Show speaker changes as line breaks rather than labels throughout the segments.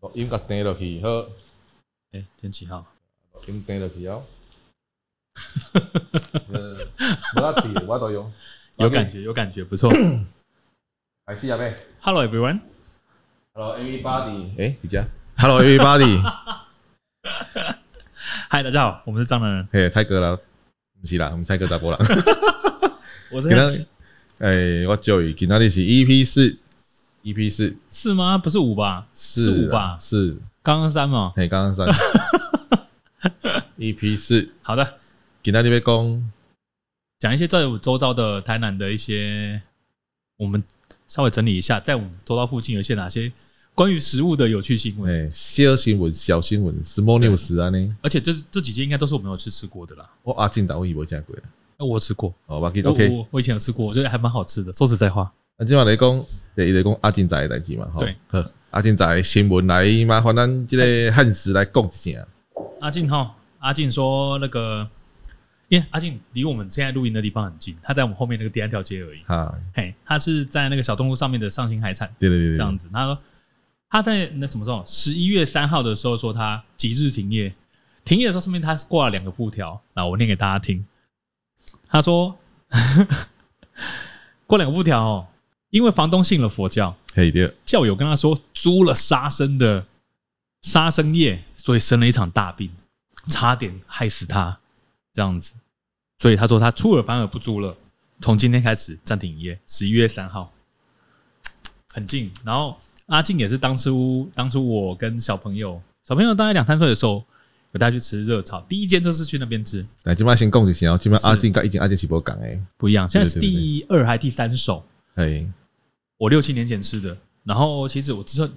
录音甲停落去，好，
哎、天气好，
录音停落去 了。呃无啊对，我都用。
有感觉，有感觉，不错。
开始啊呗。
Hello everyone，
Hello everybody，哎，迪迦。Hello everybody，
嗨，大家好，我们是张南人，
嘿，泰哥啦，毋是啦，毋是泰哥查甫 人。
我是
今仔，诶，我 Joey，今仔日是 EP 四，EP 四
是吗？不是啊五吧？
是
五吧？
是，
刚刚三嘛。
嘿，刚刚 三 EP 四，
好的，
今仔日要讲，
讲一些在我周遭的台南的一些，我们稍微整理一下，在我们周遭附近有一些哪些关于食物的有趣新闻，
诶，小新闻、小新闻，small news 啊呢。
而且这这几间应该都是我们有去吃过的啦。
我哦阿进早我以为真贵啦，
哎我有吃过，
哦，我记
我
OK。
我我以前有吃过，我觉得还蛮好吃的。说实在话，
咱即嘛来讲，第一来讲阿进仔的代志嘛，吼
对。
好，阿进仔的新闻来，麻烦咱即个汉斯来讲一下。
阿静哈，阿静说那个，因为阿静离我们现在录音的地方很近，他在我们后面那个第三条街而已。
哈，
嘿，他是在那个小动物上面的上新海产
对对对
这样
对，
子。他说他在那什么时候？十一月三号的时候说他即日停业，停业的时候上面他是挂了两个布条，那我念给大家听。他说 挂两个布条哦，因为房东信了佛教，
嘿对，
教友跟他说租了杀生的杀生业，所以生了一场大病，差点害死他，这样子。所以他说他出尔反尔不租了，从今天开始暂停营业，十一月三号，很近。然后阿静也是当初当初我跟小朋友，小朋友大概两三岁的时候，有带他去吃热炒，第一间就是去那边吃，
来即摆先讲一下哦，即摆阿进甲以前阿进是无共诶，
不一样。现在是
对对对
第二还第三手，
嘿
我六七年前吃的。然后其实我之后，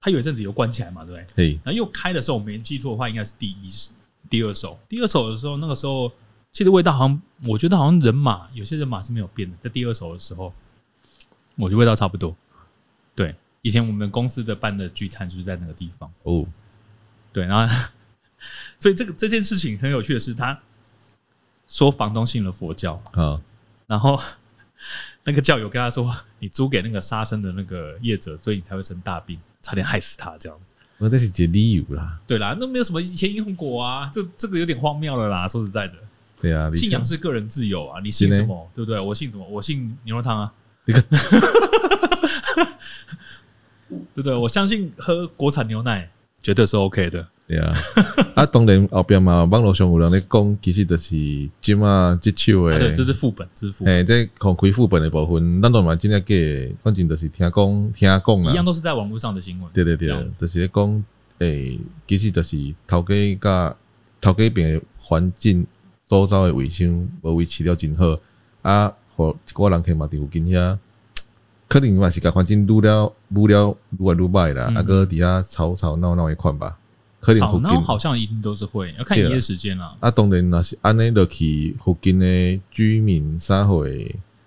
他有一阵子有关起来嘛，对不对？
嘿，
然后又开的时候，我没记错的话，应该是第一、第二首。第二首的时候，那个时候其实味道好像，我觉得好像人马有些人马是没有变的，在第二首的时候，我觉得味道差不多。对，以前我们公司的办的聚餐就是在那个地方。
哦，
对，然后所以这个这件事情很有趣的是，他说房东信了佛教，
啊，
然后 那个教友跟他说：“你租给那个杀生的那个业者，所以你才会生大病，差点害死他。”这样。
我这是一个理由啦，
对啦，那没有什么前因后果啊，这这个有点荒谬了啦。说实在的，
对啊，你
信仰是个人自由啊，你信
是呢
什么，对不对？我信什么？我信牛肉汤啊，
你看
对不对？我相信喝国产牛奶绝对是 OK 的。
对啊，啊当然后壁嘛网络上有人咧讲，其实就是即嘛即手
啊、对，哎
诶
这。是副本，这是副本，
诶，这讲开副本的部分，咱都嘛真正计，反正就是听讲听讲
一
啦
样。都是在网络上的新闻。
对对对
这样，
就
子
是讲诶，其实就是头家甲头家边的环境周遭的卫生无维持了真好，啊，互一个人客嘛伫附近遐，可能嘛是甲环境愈了愈了愈来愈歹啦，
嗯
啊个伫遐吵吵闹闹迄款吧，可能
吵
附
闹
近
好像一定都是会，要看
对
营
啦
业时间啦。
啊，当然若是安尼落去附近的居民啥货，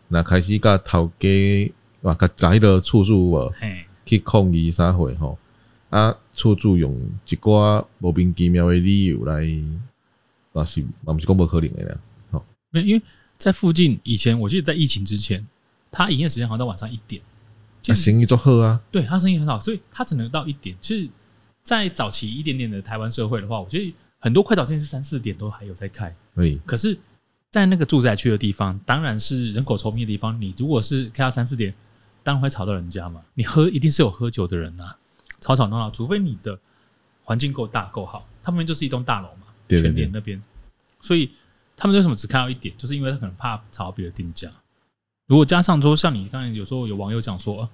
若开始甲头家哇甲甲迄个厝主无。
嘿，
去抗议啥货吼，啊，厝主用一寡莫名其妙的理由来，嘛是嘛毋是讲无可能的啦。啊
没有因为在附近，以前我记得在疫情之前，它营业时间好像到晚上一点。
啊，生意足好啊，
对他生意很好，所以他只能到一点。是在早期一点点的台湾社会的话，我觉得很多快炒店是三四点都还有在开。
哎，
可是，在那个住宅区的地方，当然是人口稠密的地方，你如果是开到三四点，当然会吵到人家嘛。你喝一定是有喝酒的人呐、啊吵吵闹闹，除非你的环境够大够好。他们就是一栋大楼嘛，
对对
全
对
联那边，所以他们为什么只开到一点，就是因为他可能怕吵到别的店家。如果加上说，像你刚才有时候有网友讲说，呃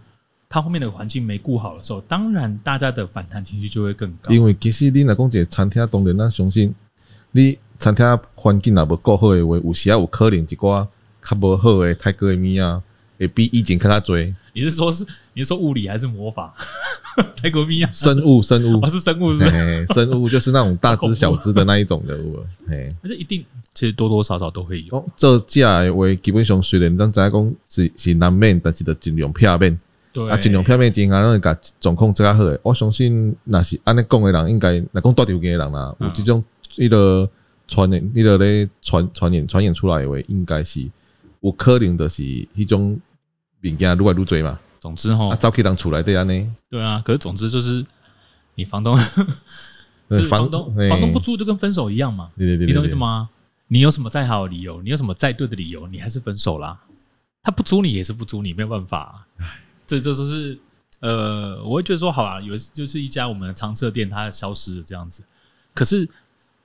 他后面的环境没顾好的时候，当然大家的反弹情绪就会更高。
因为其实你若讲一个餐厅，当然咱相信你餐厅环境若无够好的话，有时啊有可能一寡较无好的泰国的物啊，会比以前更较侪。
你是说是你是说物理还是魔法？ 泰国咪啊，
生物，生物
我、，是生物是不是？
嘿，生物就是那种大只小只的那一种的，有无嘿。
但是一定，其实多多少少都会有。
讲做假的话，基本上虽然咱知影讲是是难免，但是着尽量避免。
对
啊，尽量片面真啊，咱会甲状况做较好诶。我相信，若是安尼讲诶人，应该若讲住条件诶人啦，有
嗯
即种迄个传染、迄个咧传传染、传染出来诶话，应该是有可能就是迄种物件愈来愈侪嘛。啊
总之哈
啊，，走去人厝内底安尼，
对啊。可是总之就是，你房东就是房东，
嘿
房东不租就跟分手一样嘛，
对对对，
你懂
对
意思？吗？你有什么再好的理由，你有什么再对的理由，你还是分手啦。他不租你也是不租你，没有办法、啊。这这就是呃，我会觉得说，好啊，有就是一家我们的常设店它消失了这样子，可是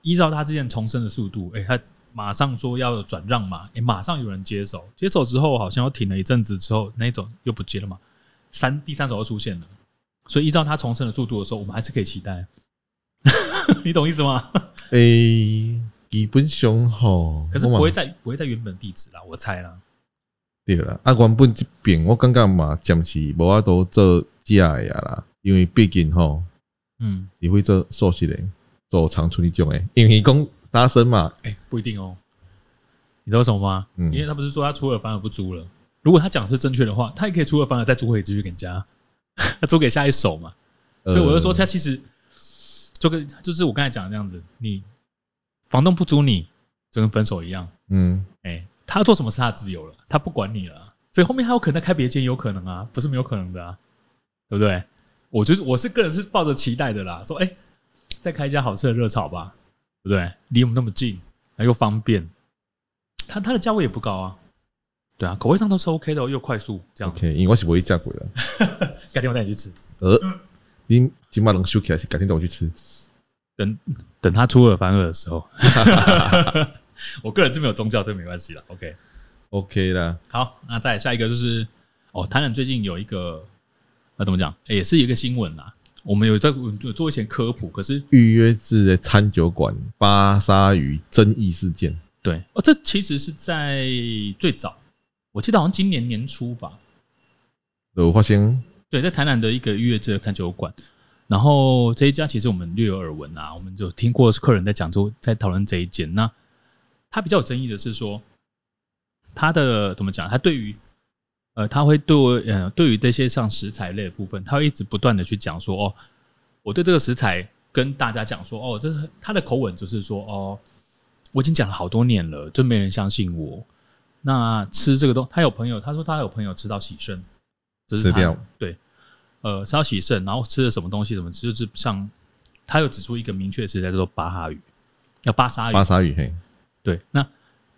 依照他之前重生的速度，哎、他马上说要转让嘛，哎、马上有人接手，接手之后好像又停了一阵子之后，那一种又不接了嘛，三第三手又出现了，所以依照他重生的速度的时候，我们还是可以期待。 你懂意思吗？
诶、基本上吼，
可是
我嘛
不会在不会在原本地址啦，我猜啦。
对啦，啊，原本即边我感觉嘛，暂时无法度做假诶啊啦，因为毕竟吼，
嗯，
你会做素食诶，做长春迄种诶，因为讲杀生嘛，
哎、不一定哦。你知道为什么吗？
嗯
因为他不是说他出尔反尔不租了。如果他讲的是正确的话，他也可以出尔反尔再租回继续给人家， 他租给下一手嘛。
呃
所以我就说，他其实就跟就是我刚才讲的那样子，你房东不租你，就跟分手一样。
嗯，
哎、他做什么是他的自由了，他不管你了。啊所以后面他有可能再开别间，有可能啊，不是没有可能的啊，对不对？我就是我是个人是抱着期待的啦，说哎、再开一家好吃的热炒吧，对不对？离我们那么近，然后又方便，它它的价位也不高啊，对啊，口味上都是 OK 的哦，又快速，这样
OK，因为我是不会食过啦，
改天我带你去吃。
呃，你即麦能收起来是改天带我去吃，
等等他出尔反尔的时候， 我个人是没有宗教，这没关系啦。OK，
OK 啦，
好，那再来下一个就是哦，台南最近有一个呃，怎么讲、诶也是一个新闻啦。我们有在有做一些科普，可是
预约制的餐酒馆巴沙鱼争议事件，
对哦，这其实是在最早，我记得好像今年年初吧，
有发生，
对，在台南的一个预约制的餐酒馆。然后这一家其实我们略有耳闻啊，我们就听过客人在讲说在讨论这一间。那他比较有争议的是说，他的怎么讲？他对于呃，他会对我呃，对于这些像食材类的部分，他会一直不断的去讲说哦，我对这个食材跟大家讲说哦，这是他的口吻就是说哦，我已经讲了好多年了，就没人相信我。那吃这个东，他有朋友，他说他有朋友吃到喜参，这是
吃
他
掉
对，呃，吃到喜参，然后吃了什么东西，什么就是像他有指出一个明确的食材叫做巴哈鱼，叫巴沙鱼
巴，沙鱼嘿，
对，那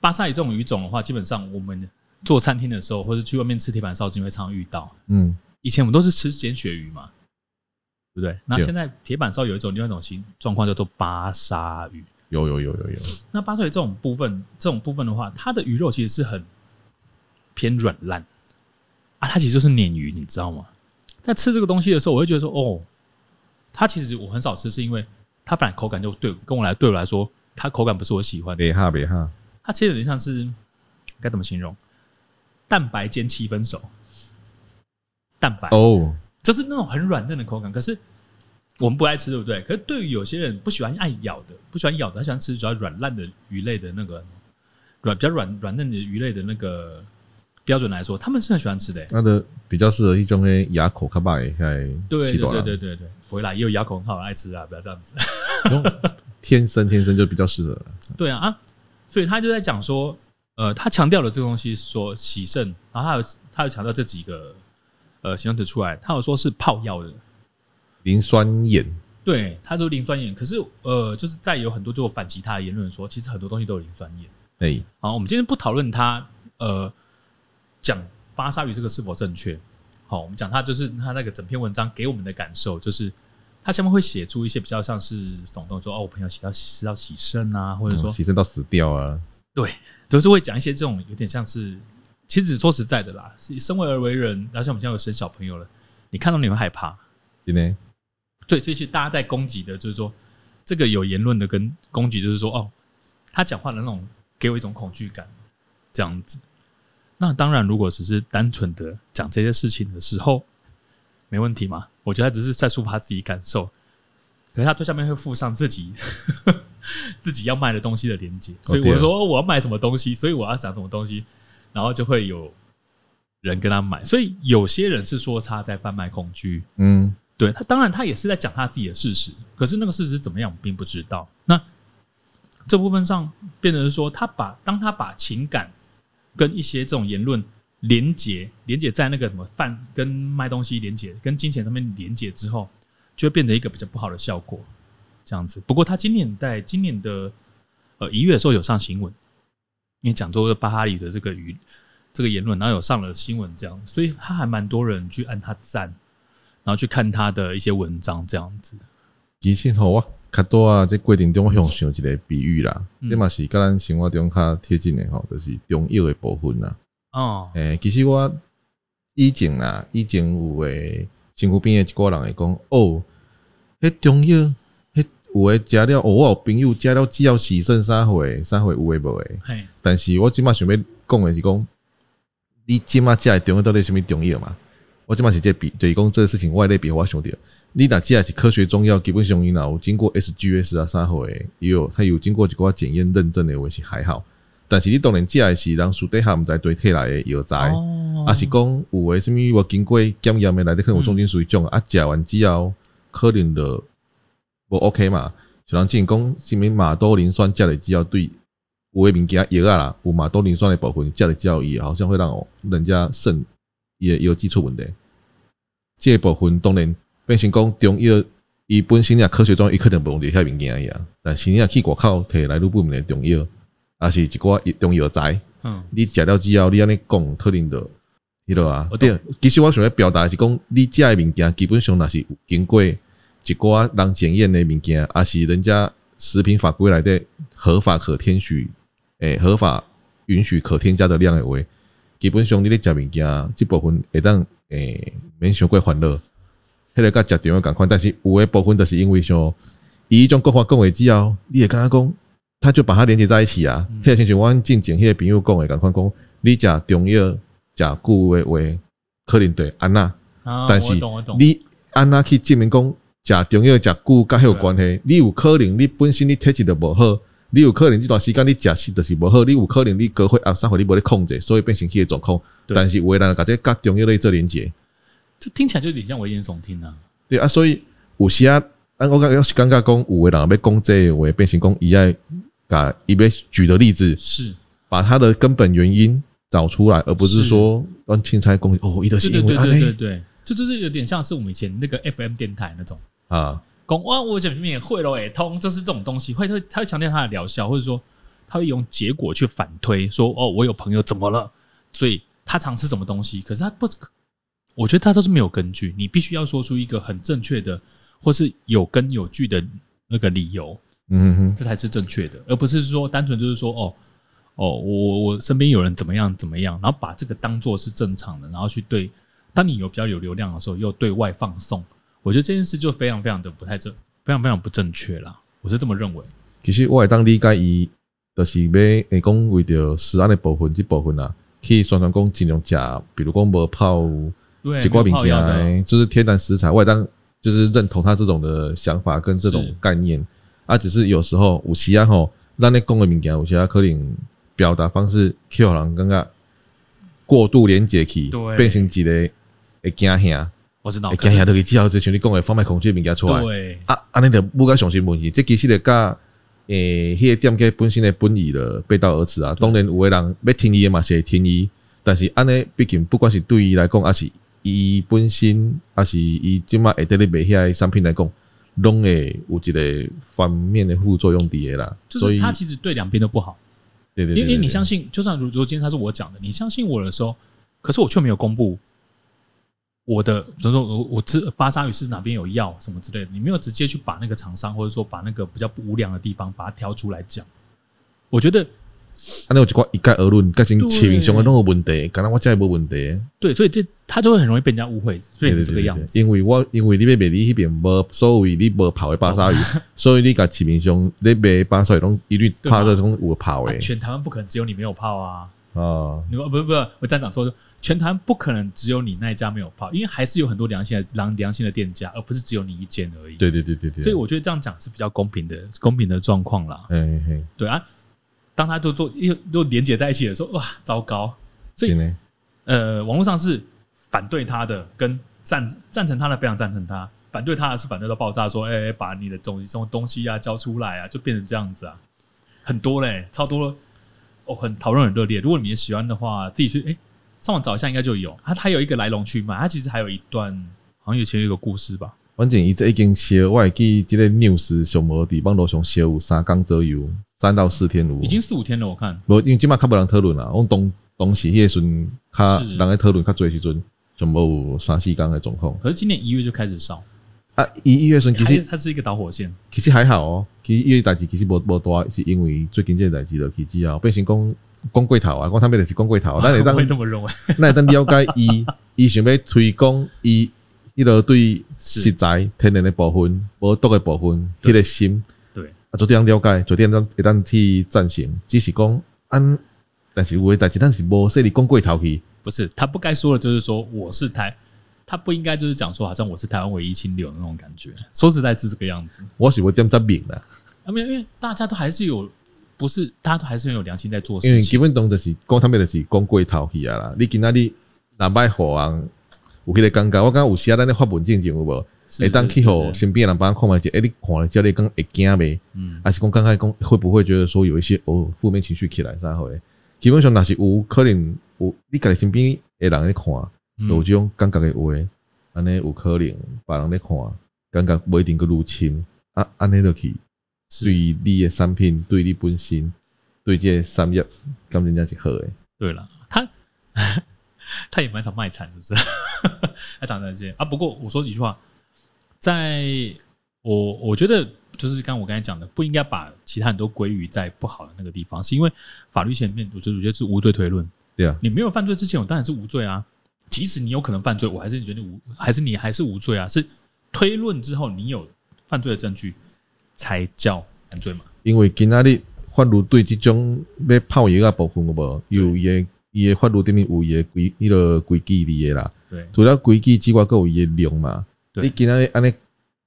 巴沙鱼这种鱼种的话，基本上我们做餐厅的时候，或者去外面吃铁板烧，就会常遇到。
嗯，
以前我们都是吃煎鳕鱼嘛，对不对？那
对
现在铁板烧有一种另外一种形状况叫做巴沙鱼。
有有有有有，
那巴沙鱼这种部分，这种部分的话，它的鱼肉其实是很偏软烂啊，它其实就是鲶鱼，你知道吗？在吃这个东西的时候，我会觉得说，哦，它其实我很少吃，是因为它反正口感就对跟我来对我来说，它口感不是我喜欢的。
别哈别哈，
它其实有点像是该怎么形容？蛋白煎七分熟，蛋白
哦，
就是那种很软嫩的口感。可是我们不爱吃，对不对？可是对于有些人不喜欢爱咬的，不喜欢咬的，他喜欢吃比较软烂的鱼类的那个软比较软软嫩的鱼类的那个标准来说，他们是很喜欢吃的、欸。
那的比较适合迄种诶牙口较歹诶，
对对对对对对，不会啦，也有牙口很好爱吃啊，不要这样子。
对，天生天生就比较适合啦，
对啊啊，所以他就在讲说，呃，他强调了这个东西是说洗肾，然后他有他有强调这几个呃形容词出来，他有说是泡药的，
磷酸盐，
对，他说磷酸盐，可是呃，就是在有很多做反其他的言论说，其实很多东西都有磷酸盐。
诶，
好，我们今天不讨论它，呃，讲巴沙鱼这个是否正确。好，我们讲它就是它那个整篇文章给我们的感受，就是它下面会写出一些比较像是耸动说哦，我朋友洗到洗到洗肾啊，或者说
哦牺牲到死掉啊，
对，就是会讲一些这种有点像是，其实说实在的啦，是身为而为人，而且我们现在有生小朋友了，你看到你会害怕。
真诶，
对，所以其实大家在攻击的就是说，这个有言论的跟攻击就是说，哦，他讲话的那种给我一种恐惧感，这样子。那当然，如果只是单纯的讲这些事情的时候，没问题嘛。我觉得他只是在抒发自己感受，可是他最下面会附上自己 自己要卖的东西的连接，所以
哦对
我
啊
说、哦我要卖什么东西，所以我要讲什么东西，然后就会有人跟他买。所以有些人是说他在贩卖恐惧，
嗯，
对他，当然他也是在讲他自己的事实，可是那个事实怎么样，我们并不知道。那这部分上，变成是说，他把当他把情感跟一些这种言论连结，连结在那个什么饭跟卖东西连结，跟金钱上面连结之后，就会变成一个比较不好的效果，这样子。不过他今年在今年的呃一月的时候有上新闻，因为讲座巴哈里的这个语这个言论，然后有上了新闻这样，所以他还蛮多人去按他赞，然后去看他的一些文章这样子。
其实吼，我较多啊，这过程中我想想一个比喻啦，
嗯
这嘛是甲咱生活中较贴近的吼，就是中药的部分啦。
哦，
诶、其实我以前啦，以前有诶，身躯边诶一个人会讲，哦，迄中药，迄有诶食了，哦，我有朋友食了只要洗肾三回，三回有诶无诶。
嘿，
但是我即马想要讲诶是讲，你即马食诶中药到底是啥物中药嘛？我即马是这比，就是讲这个事情外类比我想着，你若食诶是科学中药，基本上伊若有经过 SGS 啊啥货诶，伊有它有经过一寡检验认证诶，话是还好。但是你当然食诶是人私底下毋知对摕来诶药材。
哦
啊是讲有诶，什物我经过检验诶，内底可能有重金属种啊，食完之后可能就无 OK 嘛。像人之前讲，什物马兜磷酸食了之后，对有诶物件药啊啦，有马兜磷酸诶部分食了之后，伊好像会让人家啊肾也有基础问题。这个部分当然变成讲中药，伊本身也科学中伊可能无用着遐物件呀，但是你若去外口摕来入不明诶中药，啊是一寡中药材。
嗯，
你食了之后，你安尼讲，可能就迄落啊
我。懂
对，其实我想要表达的是讲，你食的物件基本上若是有经过一寡人检验的物件，也是人家食品法规内底合法可添许，诶、合法允许可添加的量的话，基本上你咧食物件，即部分会当诶免伤过烦恼。迄个甲食中药共款，但是有诶部分就是因为像伊迄种讲法讲话之后，你会感觉讲，他就把它连接在一起啊。
嗯
迄个亲像阮进前迄个朋友讲诶共款讲，你食中药食久诶话，可能对安那，
啊
但是
我懂我懂，
你安那去证明讲食中药食久甲迄有关系，你有可能你本身你体质就无好。你有可能这段时间你食是就是无好，你有可能你高血压、三回你无咧控制，所以变成迄个状况。
对
但是有诶人甲这甲中药咧做连接，
这听起来就有点像危言耸听啊。
对啊，所以有时啊，啊我感觉是感觉讲有诶人要讲这个话，变成讲伊爱甲伊要举的例子，
是，
把他的根本原因找出来，而不是说让钦差讲哦，伊都是
对对
因
对
为安
对对
尼
对，这就是有点像是我们以前那个 FM 电台那种。
啊，
讲哇，我前面也会了，也通，就是这种东西，会会他会强调它的疗效，或者说他会用结果去反推，说哦，我有朋友怎么了，所以他常吃什么东西，可是他不，我觉得他都是没有根据，你必须要说出一个很正确的，或是有根有据的那个理由，
嗯哼
这才是正确的，而不是说单纯就是说哦哦，我我身边有人怎么样怎么样，然后把这个当做是正常的，然后去对，当你有比较有流量的时候，又对外放送，我觉得这件事就非常非常的不太正，非常非常不正确啦，我是这么认为。
其实我会当理解伊，就是要会讲为着食安的部分即部分啊，去宣传讲尽量食，比如讲无泡
对，
一挂
没
饼
有泡药的，
来，就是天然食材，我也当就是认同他这种的想法跟这种
是
概念。啊，只是有时候有时啊吼，咱咧讲的物件，有时啊可能表达方式，去互人感觉过度连接去
对，
变成一个会惊吓，
我知道
会，惊吓落去之后，就像你讲的贩卖恐惧的物件出来。
对，
啊，安尼就不该相信问题，这其实就甲诶，迄、个店家本身的本意了背道而驰啊。当然有的人要听伊的嘛，是会听伊，但是安尼毕竟不管是对伊来讲，还是伊本身，还是伊即马会得咧卖遐的产品来讲，拢会有一个反面的副作用伫诶啦。
就
所以
是，他其实对两边都不好，
对对对
因为因为你相
信，
信，就算如如果今天他是我讲的，你相信我的时候，可是我却没有公布我的，比如说我我知巴沙鱼是哪边有药什么之类的，你没有直接去把那个厂商或者说把那个比较不无良的地方把它挑出来讲，我觉得
安尼有一寡一概而论，甲成
对
市面上的拢有问题，敢若我遮无问题。
对，所以这他就会很容易被人家误会变成这个样
对对对对
子。
因为我因为你要卖你迄边无所谓你无跑的巴沙鱼，所以 你甲市面上咧卖巴沙鱼拢一律拍做种有跑
啊
的
全台湾不可能只有你没有泡啊！
啊。
你不不不，我站长说，全台湾不可能只有你那一家没有泡，因为还是有很多良心的良良心的店家，而不是只有你一间而已。，
对对对对对，
所以我觉得这样讲是比较公平的公平的状况啦。
嘿嘿嘿，
对啊，当他就做又又连接在一起的时候，哇，糟糕！所以
真的
呃，网络上是反对他的，跟赞赞成他的非常赞成他，反对他的是反对到爆炸，说哎、哎把你的东西什么东西啊交出来啊，就变成这样子啊，很多嘞，超多哦，很讨论很热烈。如果你们也喜欢的话，自己去哎、啊上网找一下，应该就有。它它有一个来龙去脉，它其实还有一段好像以前有一个故事吧，
反正伊这已经烧，我会记即个 news 上无伫网络上烧有三工左右，三到四天有。
已经四五天了，我看
无，因为即马较无人讨论啦。阮当当时迄个时阵，较
是
人咧讨论较侪时阵，上无有三四工诶状况。
可是今年一月就开始烧，
啊，伊伊月时阵
其
其
实
实
它是一个导火线，
其实还好哦，其实伊个代志其实无无大，是因为最近即个代志落去之后，变成讲讲过头啊，讲坦白就是讲过头啊。咱会
我
当
会这么 认为。
咱会当了解伊，伊想要推广伊迄落对
是
食材天然诶部分、无毒诶部分，迄
对
个心。
对，
啊，做点了解，做点咱会当去赞成，只是讲安，但是有诶代志，咱是无说你讲过头去，
不是他不该说的，就是说我是台，他不应该就是讲说好像我是台湾唯一清流的那种感觉。说实在是这个样子，
我是无点责明啦，
啊，没有，因为大家都还是有，不是大家都还是很有良心在做
因为
事
基
情。
本上就是讲坦白就是讲过头去啊啦，你今仔日若摆互人。有迄个感觉，我感觉有时啊，咱咧发文进前有无？
是
会哎当去互，
是是
身边的人帮咱看觅者，哎，你看了之后你讲会惊袂？
嗯，
还是讲刚才讲会不会觉得说有一些哦负面情绪起来啥货的？基本上若是有可能有你家己身边的人咧看，
嗯
有即种感觉的话，安尼有可能别人咧看，感觉不一定个入侵啊，安尼落去对你的产品、对你本身、对这个产业，感觉真正是好的。
对了，他他也蛮想卖惨，是不是？ 他讲那些啊，不过我说几句话，在我我觉得就是刚我刚才讲的，不应该把其他人都归于在不好的那个地方，是因为法律前面，我觉得我觉得是无罪推论。
对啊，
你没有犯罪之前，我当然是无罪啊。即使你有可能犯罪，我还是觉得无，还是你还是无罪啊。是推论之后，你有犯罪的证据才叫犯罪嘛？
因为今仔日法律对即种要泡药啊部分有无，有伊的伊的法律顶面有伊的规迄落规矩伫的啦。
对，
除了规矩之外，佫有伊诶量嘛。
对
你今仔日安尼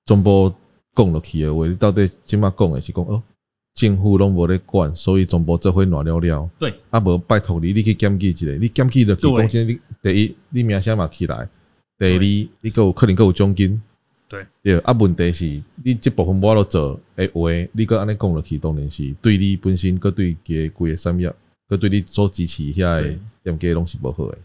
全部讲落去诶话，你到底即马讲诶是讲哦，政府拢无咧管，所以全部做伙乱了了。
对，
啊无拜托你，你去检举一下，你检举落去，
对
讲真的，你第一，你名声嘛起来；第二，你佫有可能佫有奖金。
对，
对，啊，问题是，你即部分无法度做诶话，你佫安尼讲落去，当然是对你本身，佫对个规个产业，佫对你所支持遐诶
对
店家拢是无好诶。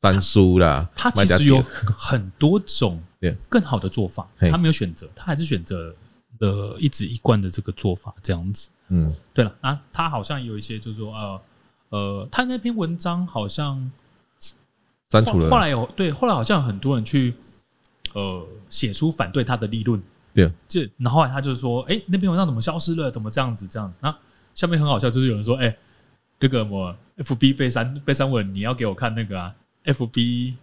三输啦，
他
别
其
吃
实有很多种
对
更好的做法，
嘿
他没有选择，他还是选择了一直一贯的这个做法这样子。
嗯，
对了啊，他好像有一些就是说呃呃，他那篇文章好像
删除
后后
了，
来有对，后来好像很多人去呃写出反对他的立论，
对，
这然后后来他就说，哎、那篇文章怎么消失了？怎么这样子这样子？那下面很好笑，就是有人说，哎、那个我 FB 被删被删文，你要给我看那个啊，FB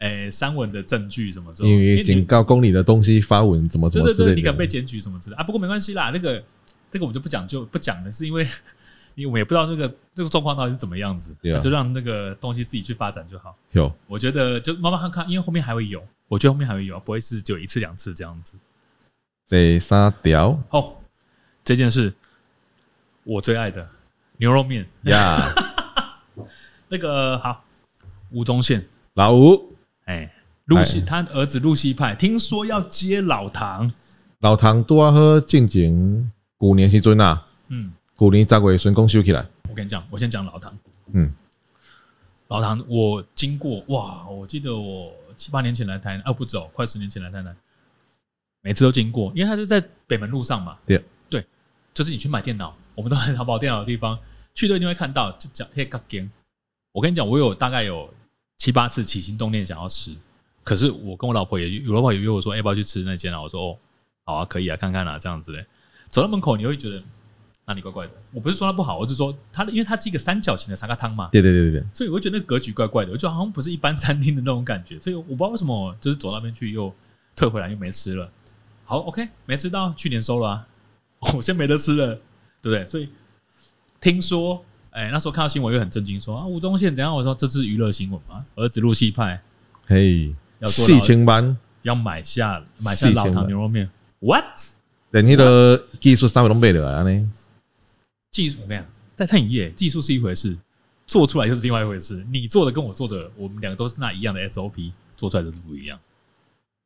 哎、删文的证据什么之类的，
因为
你
警告公你的东西发文怎么怎
对
么
对
之
对，
类
你可
的
能，被检举什么之类的啊。不过没关系啦，那个这个我们就不讲究不讲了，是因为 因为我们也不知道这个这个状况到底是怎么样子，
对啊
就让那个东西自己去发展就好。
有
我觉得就慢慢看看，因为后面还会有，我觉得后面还会有，啊不会是只有一次两次这样子。
第三条
哦，这件事我最爱的牛肉面，
呀，
那个好，吴宗宪，
老吴
哎，露西
哎
他儿子露西派听说要接老唐，
老唐拄啊好进前旧年时阵啊，
嗯，
旧年十月顺讲收起来，
我跟你讲，我先讲老唐，
嗯，
老唐，我经过哇，我记得我七八年前来台南，啊不止哦，快十年前来台南，每次都经过，因为他就在北门路上嘛。
对
对，就是你去买电脑，我们都很淘宝电脑的地方，去都一定会看到，就讲嘿个 g 我跟你讲，我有大概有七八次起心动念想要吃，可是我跟我老婆也，我老婆也约我说，哎要不要去吃那间啊？我说哦，好啊，可以啊，看看啊，这样子嘞。走到门口，你会觉得哪里怪怪的。我不是说它不好，我是说它，因为它是一个三角形的沙咖汤嘛，
对对对对对，
所以我会觉得那个格局怪怪的，我觉得好像不是一般餐厅的那种感觉，所以我不知道为什么就是走到那边去又退回来又没吃了。好，OK，没吃到，去年收了、啊， 我先没得吃了，对不对？所以听说，哎、那时候看到新闻又很震惊，说啊，吴宗宪怎样？我说这是娱乐新闻嘛，儿子入戏派
嘿，
要做
四
老
千万，
要买下买
四
下
千
老唐
万
牛肉面，what？
连迄个技术啥物拢买落来安尼，
技术我跟你讲，在餐饮业，技术是一回事，做出来就是另外一回事。你做的跟我做的，我们两个都是拿一样的 SOP，做出来就是不一样。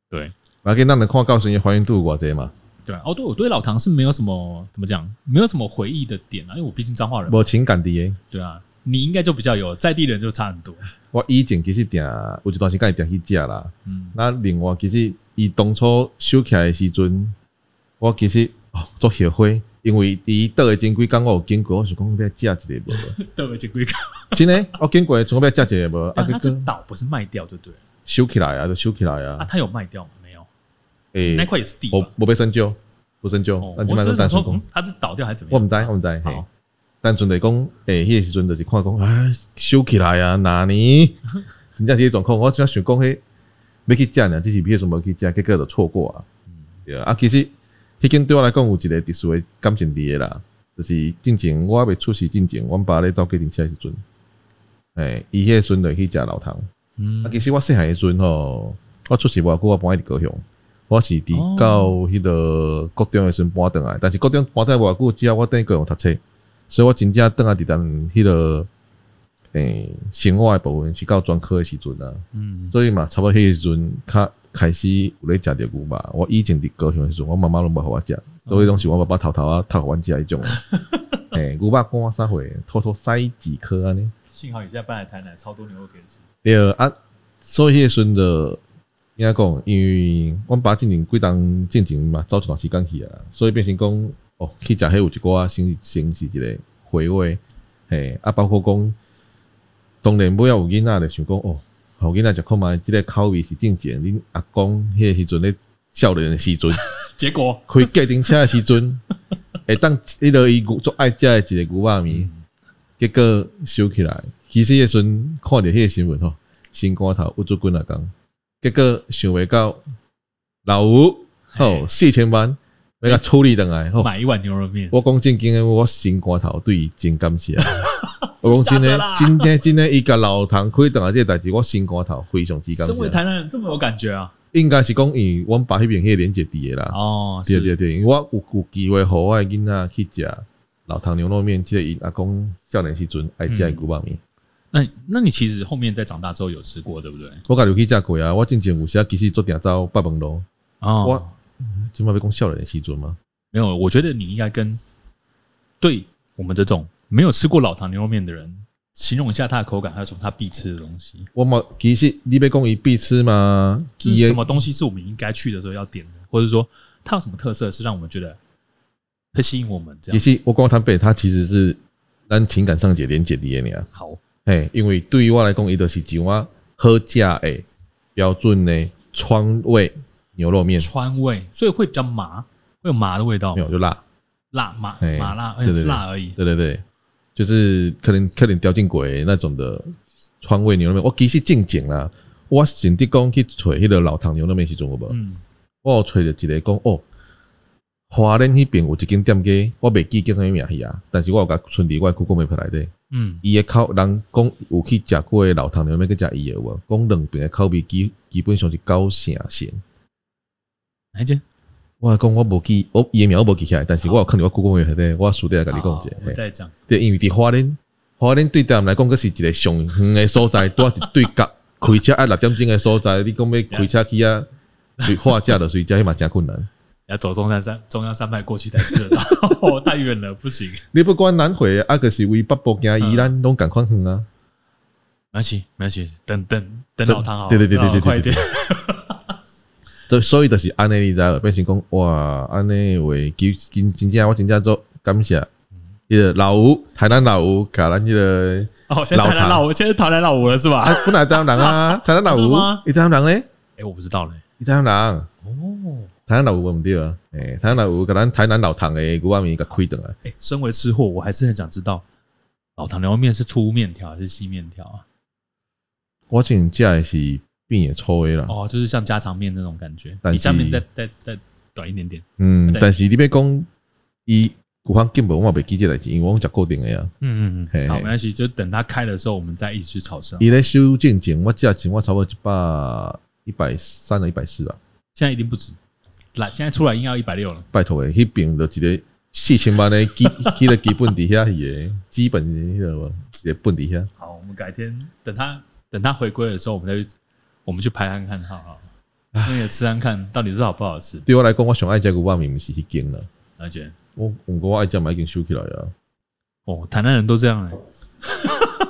对
啊，给咱能看到时的还原度有偌济嘛，
对啊，哦，对我对老唐是没有什么怎么讲，没有什么回忆的点啊，因为我毕竟彰化人嘛，
无情感伫诶。
对啊，你应该就比较有在地人就差很多。
我以前其实定有一段时间定去食啦。
嗯，
那另外其实伊当初收起来的时阵，我其实哦足后悔，因为伊倒的前几工我有经过，我想讲要食一个无，
倒了这规个，
真诶，我经过想要食一个 无，啊
但它
结
是
果
倒，不是卖掉就对了。
收起来啊，就收起来
啊，
啊，
它有卖掉吗？没有，
诶、
那块也是地吧
我。我被深究，不深究
哦，
咱即
我
摆
只
都
是想
单
说
纯，
嗯
讲，
它是倒掉还是怎么
我
样？
毋知我毋知，嘿
好，
单纯来讲，诶、迄个时阵就是看讲，哎，收起来啊，哪尼， 真正是迄状况，我只想讲迄要去食呢，只是迄阵无去食，结果就错过啊。
嗯
对啊，啊，其实迄间对我来讲有一个特殊的感情伫诶啦，就是进前我未出世进前，阮爸咧走计程车的时阵，诶、伊迄个时阵就去食老汤。啊，
嗯，
其实我细汉迄阵吼，我出世无偌久，我搬去高雄，我是
哦
伫到迄个高中诶时阵搬转来，但是高中搬转来偌久，之后我等于高雄读册，所以我真正转来伫咱迄个诶、生活诶部分是到专科诶时阵啊，
嗯，
所以嘛，差不多迄个时阵较开始有咧食着牛肉。我以前伫高雄诶时阵，我妈妈拢无互我食，所以拢是我爸爸偷偷啊偷互阮食迄种的。诶、牛肉干啥货，偷偷塞几颗安尼。
幸好你现在搬来台南，超多牛肉可以吃。
对啊，所以迄个时阵就应该讲，因为阮爸进前几当进前嘛，走一段时间去啊，所以变成讲哦，去食迄有一寡先先是一个回味，嘿，啊，包括讲，当然尾仔有囡仔咧想讲哦，互囡仔食看觅即个口味是正经，恁阿公迄个时阵咧少年的时阵，
结果
开计程车的时 阵，会当迄落伊做爱食的一个牛肉
嗯
面，结果收起来。其实迄个时阵看着迄个新闻吼，心肝头捂住滚啊讲，结果想袂到老吴吼四千万要甲处理倒来吼。
买一碗牛肉面，
我讲正经的，我心肝头对伊真感 谢。我讲真
真的
的
啦，
真的真的，伊甲老唐开倒来即个代志，我心肝头非常之感
身为
谢。
台南人这么有感觉啊！
应该是讲伊，阮爸迄边迄个连接伫诶啦。
哦，
对
是
对对，因为我有有机会互我的囡仔去食老汤牛肉面，即、个因阿公少年时阵爱食的牛肉面，
那你那你其实后面在长大之后有吃过，对不对？
我家己有去食过啊。我之前有时啊，其实做定走北门路，
哦，
我即摆要讲少年的时阵嘛，
没有，我觉得你应该跟对我们这种没有吃过老糖牛肉面的人，形容一下它的口感，还有什么它必吃的东西，
我嘛其实你要讲伊必吃嘛，
就是
伊
什
的
么东西是我们应该去的时候要点的，或者说它有什么特色是让我们觉得会吸引我们这
其
样。
实我讲坦白，它其实是咱情感上一个连接伫的尔。啊
好，
嘿，因为对于我来讲，伊就是一碗好食的标准的川味牛肉面，
川味，所以会比较麻，会有麻的味道
没，有就辣。
辣麻
哎
麻辣，哎
对对对
辣而已。
对对对，就是可能可能掉进鬼那种的川味牛肉面，我其实正经啦，我甚至讲去找迄个老汤牛肉面的时阵有无？
嗯，
我有找着一个讲哦，华人迄边有一间店家，我袂记叫啥物名去啊，但是我有甲存伫我的 Google Map 内底，
嗯，
伊的口人讲有去食过的老汤牛肉面，去食伊的有无？讲两边的口味基基本上是九成成。
哪一间？
我讲我无记，我伊的名我无记起来，但是我有看着我 Google Map 内底，我私底下甲你哎讲
好
者。
我
嘿
们再讲。
对，因为伫花莲，花莲对咱们来讲，佫是一个上远的所 在，拄啊是对角，开车啊爱六点钟的所在，你讲要开车去啊，随花价的随家迄嘛真困难。
要走中山山中央山脉过去才吃得到，太远了，不行。
你不管南回啊，个是为北部行宜兰拢共款远啊。
没关系，没关系，等等等
等
老汤好了，
对对对
让
对
我
对
快一
对
点。
所所以就是安尼，你知道，变成讲哇，安尼的话，其真真正我真正做感谢，迄个老吴，台南老吴，甲咱迄 个
哦，现在台南
老
老
汤
吴，现在台南老吴了是
啊
吧？，
本来台南人啊，台南老
是
吴
吗，
伊台南人咧，
哎，我不知道嘞。
伊台南人。
哦，
台南老有无毋对啊？诶、台南老有甲咱台南老汤诶牛肉面甲开转来，
哎，身为吃货，我还是很想知道老汤牛肉面是粗面条还是细面条啊？
我之前食诶是变野粗诶啦。
哦，就是像家常面那种感觉，
但是
比下面再再再短一点点。
嗯
对，
但是你要讲伊有法根本我嘛袂记这代志，因为我拢食固定诶啊。
嗯嗯
嘿
嗯，
嘿
好，没关系，就等它开的时候，我们再一起去炒生。
伊咧收进前，我食前我差不多一百一百三啊一百四啊，
现在一定不止，来，现在出来应该要一百六了。
拜托诶，迄边就一个四千万诶基， 迄个基本底下伊诶基本迄个一个本底下。
好，我们改天等他等他回归的时候，我们再去我们去排看看，好好，那也吃看看到底是好不好吃。
对我来讲，我上爱食牛肉面毋是迄间啦，
而且，
我毋过我爱食嘛已经收起来啊。
哦，台南人都这样哎、欸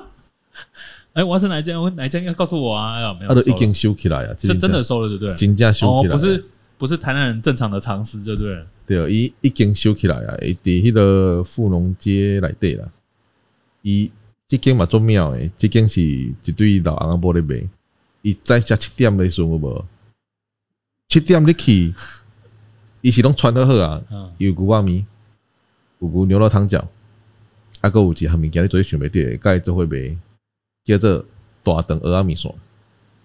哎，我要吃哪一间？我哪一间要告诉我啊？哎呀，没有，
啊，都
收
已
了
经收起来啊，
是真的收了，对不对？
真正收
哦
起，来了，啊
不是不是台南人正常的常识，对不对了？
对，伊已经收起来啊，伊伫迄个富农街内底啦。伊即间嘛做妙诶，即间是一对老翁仔某咧卖。伊早食七点咧阵有无？七点你去，伊是拢穿得好啊，
嗯，
伊有牛肉面，有牛牛肉汤饺，啊，佮有一项物件你做想袂着诶，甲伊做伙卖，叫做大肠蚵仔面线。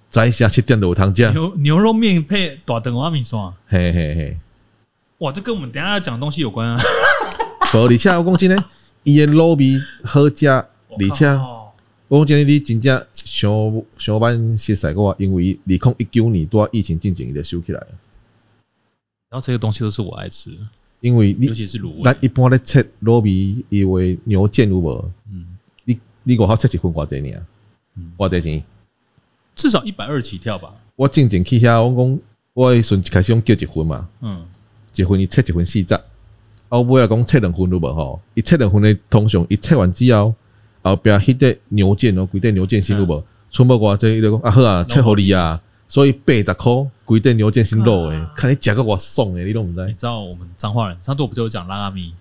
早食七点就有汤食，
牛牛肉面配大等阿米刷，
嘿嘿嘿。
哇，这跟我们等一下要讲的东西有关啊！
无，而且我讲真诶，伊诶卤味好食，而且
哦
我讲真诶，你真正上上班熟悉我，因为二零一九年拄啊疫情进前伊就收起来了，
然后这些东西都是我爱吃，
因为你
尤其是卤
咱
味，
一般咧切卤味，伊为牛腱有无？
嗯，
你你外口切一份偌济尔
嗯，
偌济钱？
至少一百二起跳吧。
我进前去遐，我讲我迄时阵一开始讲叫一份嘛，
嗯，
一份伊切一份四十，后尾啊讲切两份有无吼？伊切两份诶，通常伊切完之后，后壁迄块牛腱哦，规块牛腱心有
嗯
无？剩无偌济，伊就讲啊好啊，切互你啊，所以八十箍规块牛腱心肉诶
啊，
看你食个偌爽诶，你拢毋知
你。知道我们彰化人上次我不就有讲拉拉米，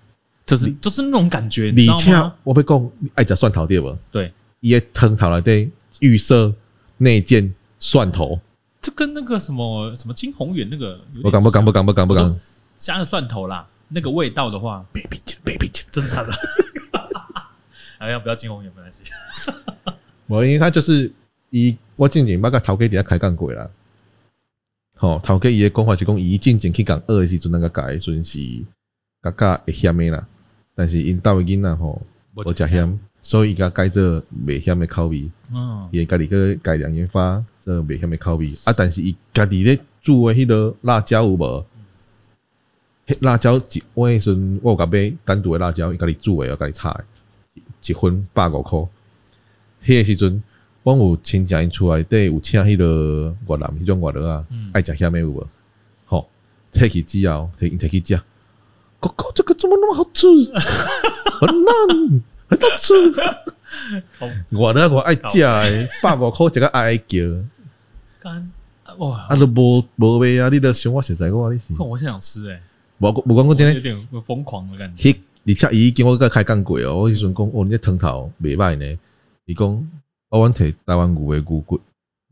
就是就是那种感觉，你知道
而且
吗？
我要讲，你爱食蒜头对无？
对，
伊诶汤头内底预设内腱蒜头，
这跟那个什么什么金宏远那个有
我讲
点
不讲
像
不讲不讲不
我
讲
说，加了蒜头啦，那个味道的话，
别别别别别，
真的假的？ 哎呀，不要金宏远没关系。
无，因为他就是伊，我进前捌甲头家伫遐开讲过啦。吼、头家伊诶讲法是讲，伊进前去共学诶时阵，那个教诶时阵是甲教会嫌诶啦。但是因兜诶囡仔吼，
我
无食咸，所以伊甲改做袂咸诶口味，
嗯，
伊会家己去改良研发做袂咸诶口味。啊，但是伊家己咧煮诶迄个辣椒有无？迄辣椒一我迄时阵我有甲买单独诶辣椒，伊家己煮诶，家己炒诶，一份百五箍。迄个时阵，阮有亲戚因厝内底有请迄个越南迄种越南啊
嗯，
爱食虾米有无？吼，摕去之后，摕摕去食，哥哥这个怎么那么好吃？很烂，很好吃。
好
越南我爱食诶，百五箍一个爱叫，
干啊哇！
啊都无无买啊！你都想我实在我你是，
看我现在想吃哎，
无无讲讲真
有
诶，
点疯狂的感觉。
迄而且伊已经我甲开讲过哦，我迄阵讲哦，你这汤头袂歹呢，伊讲哦我阮摕台湾牛诶牛骨，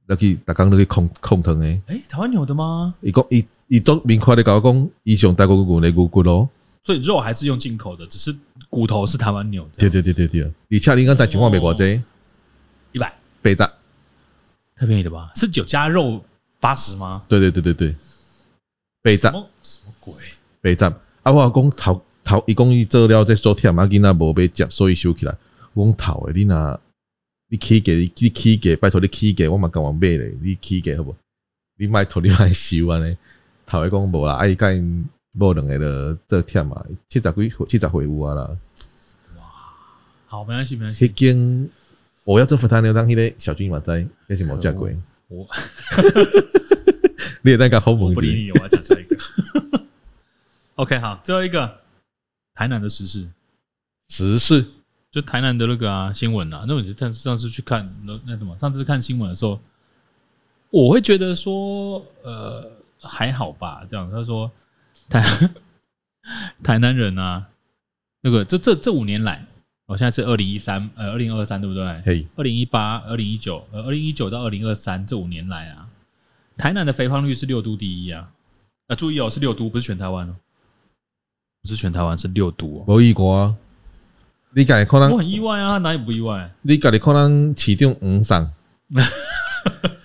落去逐工落去控控汤诶。
哎，台湾有的吗？
伊讲伊伊足明确咧甲我讲，伊上泰国牛的牛骨咯，
所以肉还是用进口的，只是骨头是台湾牛。
对，对对对对，而且你敢知情况袂偌济，
一百
八十，
太便宜了吧？是酒加肉八十吗？
对对对对对，八
什
十
么什么鬼？
八十，啊我讲头头伊讲伊做了这所忝啊，囡仔无买食，所以收起来。我讲头诶，你若你起价，你你起价，拜托你起价，我嘛甲我买咧，你起价好无？你卖托你卖收安尼，头诶讲无啦，啊伊甲因某两个咧做忝啊，七十几岁七十岁有啊啦。
好，没关系，没关
迄
系。
间我要做佛坛牛当迄个小军嘛知，那是无食过
可恶。 我
你也当甲好
我
问
不理
题，
你，我要讲下一个。OK，好，最后一个台南的时事，
时事
就台南的那个啊新闻啊，那我就上上次去看那那什么，上次看新闻的时候，我会觉得说，呃，还好吧，这样。他说台 台南人啊，那个这这这五年来，我现在是二零一三呃二零二三对不对？
嘿，
二零一八、二零一九、呃，二零一九到二零二三这五年来啊，台南的肥胖率是六都第一啊。啊，注意哦，是六都，不是全台湾哦，不是全台湾，是六都哦。
无意外。啊你家己可
我
能，
很意外啊，哪里不意外？
你家己可能市长黄 上，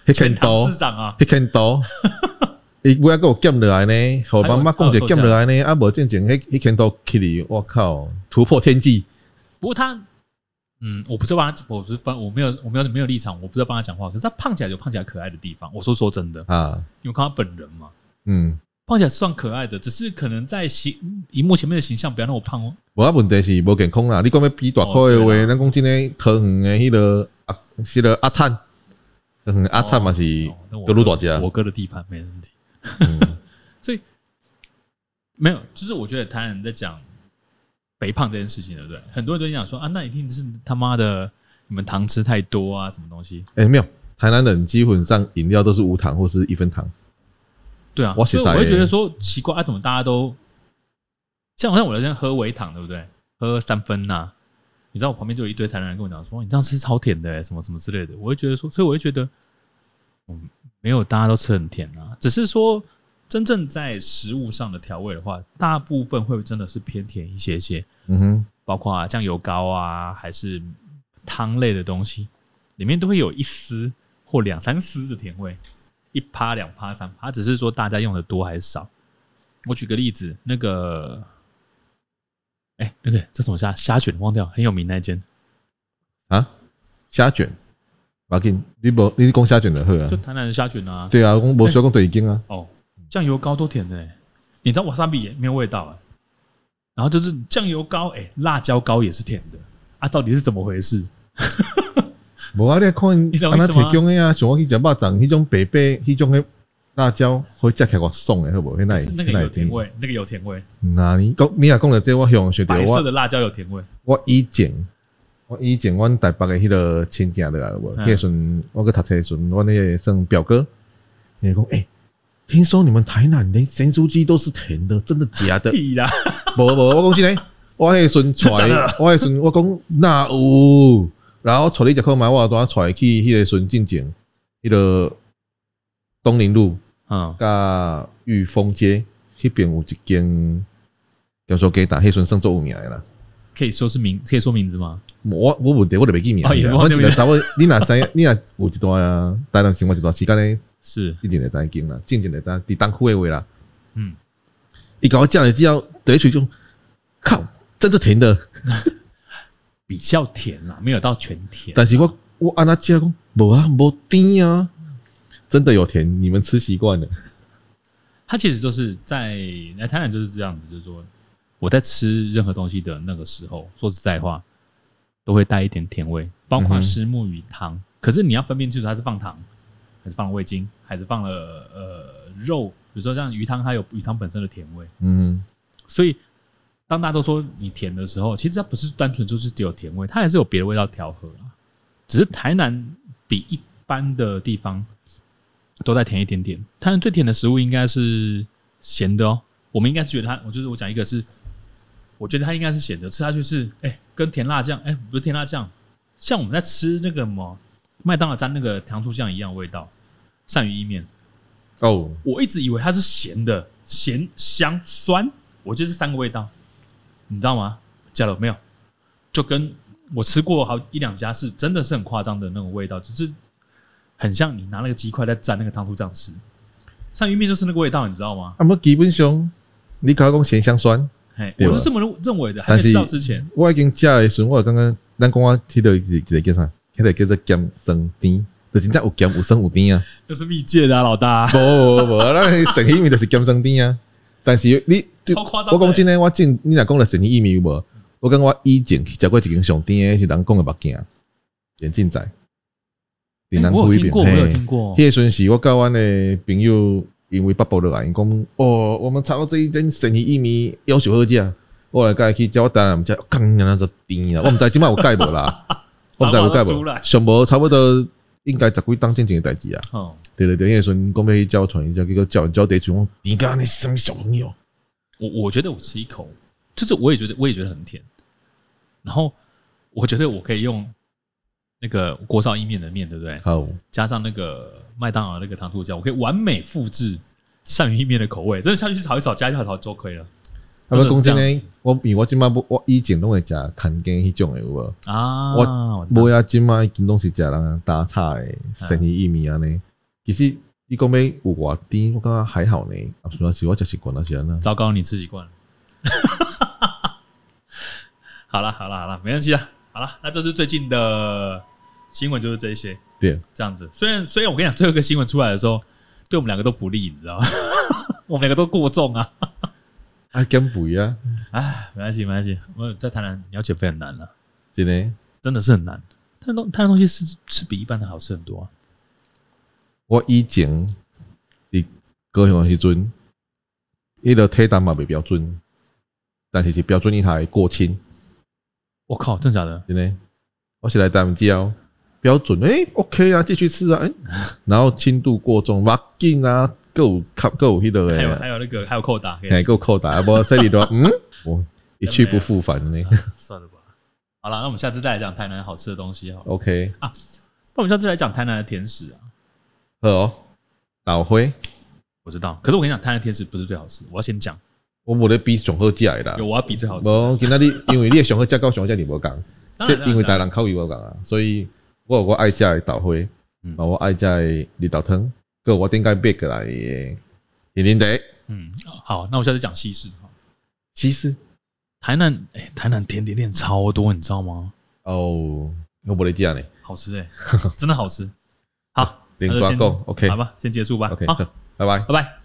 迄
全
间
台
多
市，长啊，
迄间多。伊每一个减落来
哎
呢，互妈妈讲者减落来呢，啊无正经迄迄间多起哩，我靠，突破天际，
不过他，嗯，我不是帮他，我不是帮，我没有，我没有没有立场，我不是在帮他讲话。可是他胖起来有胖起来可爱的地方。我说说真的，
啊，
你有看他本人吗？
嗯，
胖起来是算可爱的，只是可能在形荧幕前面的形象不要那么胖哦。
无啊问题是无健康啦。你讲要比大块的
哦
话
对，啦
咱讲真诶，桃园诶迄个啊，迄个阿灿，桃园的阿灿嘛是
哦那我
各路大
哥
家
我，哥的地盘没问题。
嗯
所以没有，就是我觉得台湾人在讲肥胖这件事情，对不对？很多人都讲说啊，那一定是他妈的你们糖吃太多啊，什么东西？
哎、没有，台南人基本上饮料都是无糖或是一分糖。
对啊，
我
所以
实在
我会觉
耶
得说奇怪，啊，怎么大家都像像我在喝微糖，对不对？喝三分呐、你知道我旁边就有一堆台南人跟我讲说，哇你这样吃超甜的、欸什么什么之类的，我会觉得说，所以我会觉得，嗯，没有大家都吃很甜啊，只是说真正在食物上的调味的话，大部分会真的是偏甜一些些，
嗯哼，
包括、啊、酱油膏啊，还是汤类的东西，里面都会有一丝或两三丝的甜味，一趴、两趴、三趴，只是说大家用的多还是少。我举个例子，那个，哎、那个这种虾虾卷忘掉，很有名那一间，
啊，虾卷，马金，你无你讲虾卷的喝啊
就？台南的虾卷啊，
对啊，我无需要讲对经 啊。
哦，酱油膏都甜的、欸，你知道瓦萨比也没有味道、欸，然后就是酱油膏，哎、辣椒膏也是甜的啊，到底是怎么回事？
无啊，你看，
你
安
懂我意
那
思
提
吗
供的啊，像我去食肉粽，迄种白白，迄种的辣椒，会食起来我爽的，好无？迄那
是那个有甜。味，那个有甜味，
那你讲，你若讲了这，我向学着
白
我
色的辣椒有啊甜味。
我以前，我以前阮台北的迄个亲戚落来有无，
嗯
迄个时阵我去读册的时阵，阮迄个算表哥，伊讲诶，听说你们台南连咸酥鸡都是甜的，真的假的？
屁啦！
无无，我讲真诶，我迄个时阵出
真的啊
来
假，
我迄个时阵我讲哪有，然后带你食看买，我带带去迄个时阵进前，迄个东宁路
嗯，
甲裕丰街迄边有一间叫做鸡蛋，迄时阵算做有名诶啦。
可以说是名，可以说名字吗？
我我问题我就袂记名字
哦也
啊，
忘
我
记
只
名
个
字
查某，你若 知，你若有一段啊，台南生活一段时间咧，
是，
一定会知经啦，真正会知，伫东区的话啦，
嗯，
伊甲我讲了之后，第一喙就靠，真是甜的，
比较甜啦，没有到全甜。
但是我我按他吃讲，无啊，无甜啊，真的有甜，你们吃习惯了，
它其实就是在来台南就是这样子，就是说我在吃任何东西的那个时候，说实在话，都会带一点甜味，包
嗯
括
哼
石木鱼汤。可是你要分辨清楚它是放糖，还是放了味精，还是放了呃肉。比如说像鱼汤，它有鱼汤本身的甜味，
嗯，
所以当大家都说你甜的时候，其实它不是单纯就是只有甜味，它还是有别的味道调和啊。只是台南比一般的地方都再甜一点点。台南最甜的食物应该是咸的哦，我们应该是觉得它，我就是我讲一个是，我觉得它应该是咸的，吃下去是哎、跟甜辣酱哎、不是甜辣酱，像我们在吃那个什么麦当劳沾那个糖醋酱一样的味道，鳝鱼意面。
哦，
我一直以为它是咸的，咸、香、酸，我觉得是三个味道，你知道吗？加了没有？就跟我吃过好一两家是真的是很夸张的那种味道，就是很像你拿那个鸡块在蘸那个糖醋酱吃，鳝鱼面就是那个味道，你知道吗？
啊，无基本上你甲我讲咸香酸，
嘿，
对啊
我
吧
是这么认为的，还
但
没
是
吃到之前，
我已经食的时阵，我刚刚咱讲我提到一个一个叫啥，迄个叫做咸酸甜，就真正有咸有酸有甜啊。
这是密界的啊，老大，
无无无，咱那神奇米就是金生甜啊。但是你，就
超夸张的哎
我讲真诶，我真你若讲了神奇米有无？我感觉我以前去食过一间上甜诶，是人讲诶目镜眼镜仔。伫
诶
南
我有
区
听
迄边
过，我有
嘿
听过，
迄个时阵是我甲阮诶朋友，因为北部落来，因讲哦，我们查到这一间神奇薏米要求好食，我来甲伊去食，我当然毋食，刚然就甜啦，我毋知即摆有改无啦，我毋知有改
查某都出来
无，上无差不多应该十几当之前诶代志啊。
哦，
对对对，迄个时阵讲要去交团，叫结果交交地主，我你讲你是什么小朋友？
我我觉得我吃一口，就是我也觉得我也觉得很甜，然后我觉得我可以用那个锅烧意面的面，对不对？
好，
加上那个麦当劳那个糖醋酱，我可以完美复制鳝鱼意面的口味，真的下去炒一炒，加一炒就可以了
啊，不讲
真
真
的是这样
诶，我因为我即摆不，我以前拢会食牵筋迄种诶有无？
啊！
我
我知道
无啊，即摆已经拢是食人打叉诶，生意意面安尼。
嗯
其实你讲要有偌甜，我感觉还好呢。啊，主要是我食习惯啊，是安那。
糟糕，你吃习惯了。 好了好了好了，没关系啦。好了，那这是最近的新闻，就是这一些
对，
这样子。虽然虽然我跟你讲，最后一个新闻出来的时候，对我们两个都不利，你知道吗？ 我们两个都过重啊。
啊，减肥啊，
唉，没关系没关系，我在台南你要减肥很难了、
真诶，
真的是很难。但东它的东西是是比一般的好吃很多啊。
我以前伫高雄诶时阵，伊个体重嘛袂标准，但是是标准以下诶过轻，
我靠，真的假的？
真诶。我是来咱们家哦标准，诶 o k 啊，继续吃啊， 诶，然后轻度过重 v a g i n 啊，够卡够迄啊个
还有
诶，
还有那个还哎有扣打，可以
还够扣打，啊不这里的话，嗯，我一去不复返呢。
算了吧。好了，那我们下次再来讲台南好吃的东西好了。
OK，
那我们下次来讲台南的甜食啊，
好哦，老灰，
我知道。可是我跟你讲，台南的甜食不是最好吃，我要先讲，
我无咧比上好食诶啦
有，我要比最好吃。
无今仔日因为你诶上好食到上好食你无讲，
当
即
然
因为
当
大
然
人口味无共啊，所以我有我爱食诶豆花，
嗯
啊我爱食诶绿豆汤，个我顶解买过来诶饮啉茶，
嗯，好，那我下次讲西式哈。
其实
台南，哎、台南甜点店超多，你知道吗？
哦，我无咧食呢，
好吃欸哎、真的好吃。好，
连
那就
抓
先
够，OK
好吧，先结束吧。
OK，
好，
拜拜。
拜拜。